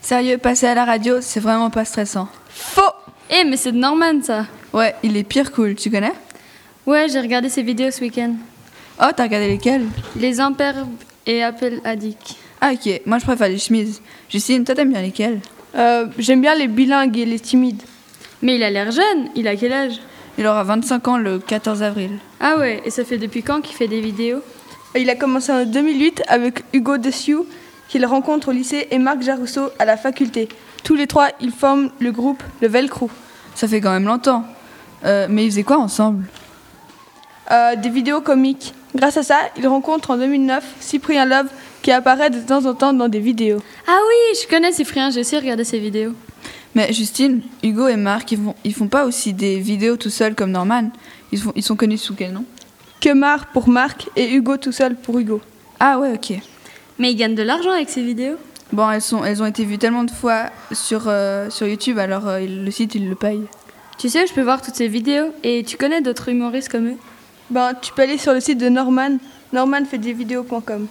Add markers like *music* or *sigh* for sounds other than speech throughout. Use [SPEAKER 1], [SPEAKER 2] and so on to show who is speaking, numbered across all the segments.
[SPEAKER 1] Sérieux, passer à la radio, c'est vraiment pas stressant. Faux
[SPEAKER 2] Eh, mais c'est de Norman ça.
[SPEAKER 1] Ouais, il est pire cool, tu connais
[SPEAKER 2] Ouais, j'ai regardé ses vidéos ce week-end.
[SPEAKER 1] Oh, t'as regardé lesquels
[SPEAKER 2] Les imperbes et appel addict.
[SPEAKER 1] Ah ok, moi je préfère les chemises. Justine, toi t'aimes bien lesquelles
[SPEAKER 3] Euh, J'aime bien les bilingues et les timides.
[SPEAKER 2] Mais il a l'air jeune, il a quel âge
[SPEAKER 1] Il aura 25 ans le 14 avril.
[SPEAKER 2] Ah ouais, et ça fait depuis quand qu'il fait des vidéos
[SPEAKER 3] Il a commencé en 2008 avec Hugo Dessiou, qu'il rencontre au lycée, et Marc Jarousseau à la faculté. Tous les trois, ils forment le groupe Le Velcro.
[SPEAKER 1] Ça fait quand même longtemps. Euh, mais ils faisaient quoi ensemble
[SPEAKER 3] Euh, des vidéos comiques. Grâce à ça, il rencontre en 2009 Cyprien Love, qui apparaît de temps en temps dans des vidéos.
[SPEAKER 2] Ah oui, je connais Cyprien, j'ai aussi regardé ses vidéos.
[SPEAKER 1] Mais Justine, Hugo et Marc, ils font, ils font pas aussi des vidéos tout seuls comme Norman. Ils, font- ils sont connus sous quel nom
[SPEAKER 3] Kemar pour Marc et Hugo tout seul pour Hugo.
[SPEAKER 1] Ah ouais, ok.
[SPEAKER 2] Mais il gagne de l'argent avec ses vidéos.
[SPEAKER 1] Bon, elles, sont, elles ont été vues tellement de fois sur, euh, sur YouTube, alors euh, il- le site, il le paye.
[SPEAKER 2] Tu sais, je peux voir toutes ses vidéos et tu connais d'autres humoristes comme eux.
[SPEAKER 3] Ben, tu peux aller sur le site de Norman, normanfaitdesvideos.com.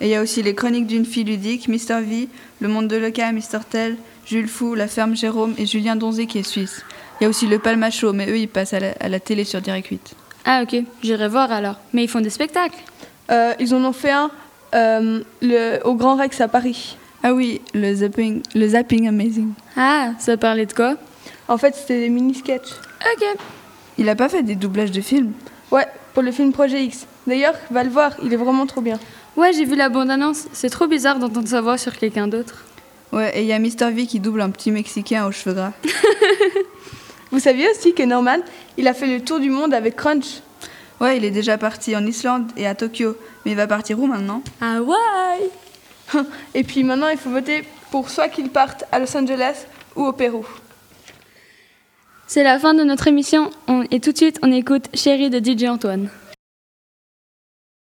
[SPEAKER 1] Et il y a aussi les chroniques d'une fille ludique, Mister V, Le Monde de Loca, Mister Tell, Jules Fou, La Ferme Jérôme et Julien Donzé qui est suisse. Il y a aussi le Palma Show, mais eux, ils passent à la, à la télé sur Direct 8.
[SPEAKER 2] Ah ok, j'irai voir alors. Mais ils font des spectacles.
[SPEAKER 3] Euh, ils en ont fait un euh, le- au Grand Rex à Paris.
[SPEAKER 1] Ah oui, le zapping, le zapping amazing.
[SPEAKER 2] Ah, ça parlait de quoi
[SPEAKER 3] En fait, c'était des mini-sketchs.
[SPEAKER 2] Ok.
[SPEAKER 1] Il a pas fait des doublages de films
[SPEAKER 3] Ouais, pour le film Projet X. D'ailleurs, va le voir, il est vraiment trop bien.
[SPEAKER 2] Ouais, j'ai vu la bande-annonce. C'est trop bizarre d'entendre sa voix sur quelqu'un d'autre.
[SPEAKER 1] Ouais, et il y a Mister V qui double un petit Mexicain aux cheveux gras.
[SPEAKER 3] Vous saviez aussi que Norman, il a fait le tour du monde avec Crunch. *laughs*
[SPEAKER 1] Ouais, il est déjà parti en Islande et à Tokyo, mais il va partir où maintenant
[SPEAKER 2] Ah ouais
[SPEAKER 3] Et puis maintenant, il faut voter pour soit qu'il parte à Los Angeles ou au Pérou.
[SPEAKER 2] C'est la fin de notre émission. On- Et tout de suite, on écoute Chérie de DJ Antoine.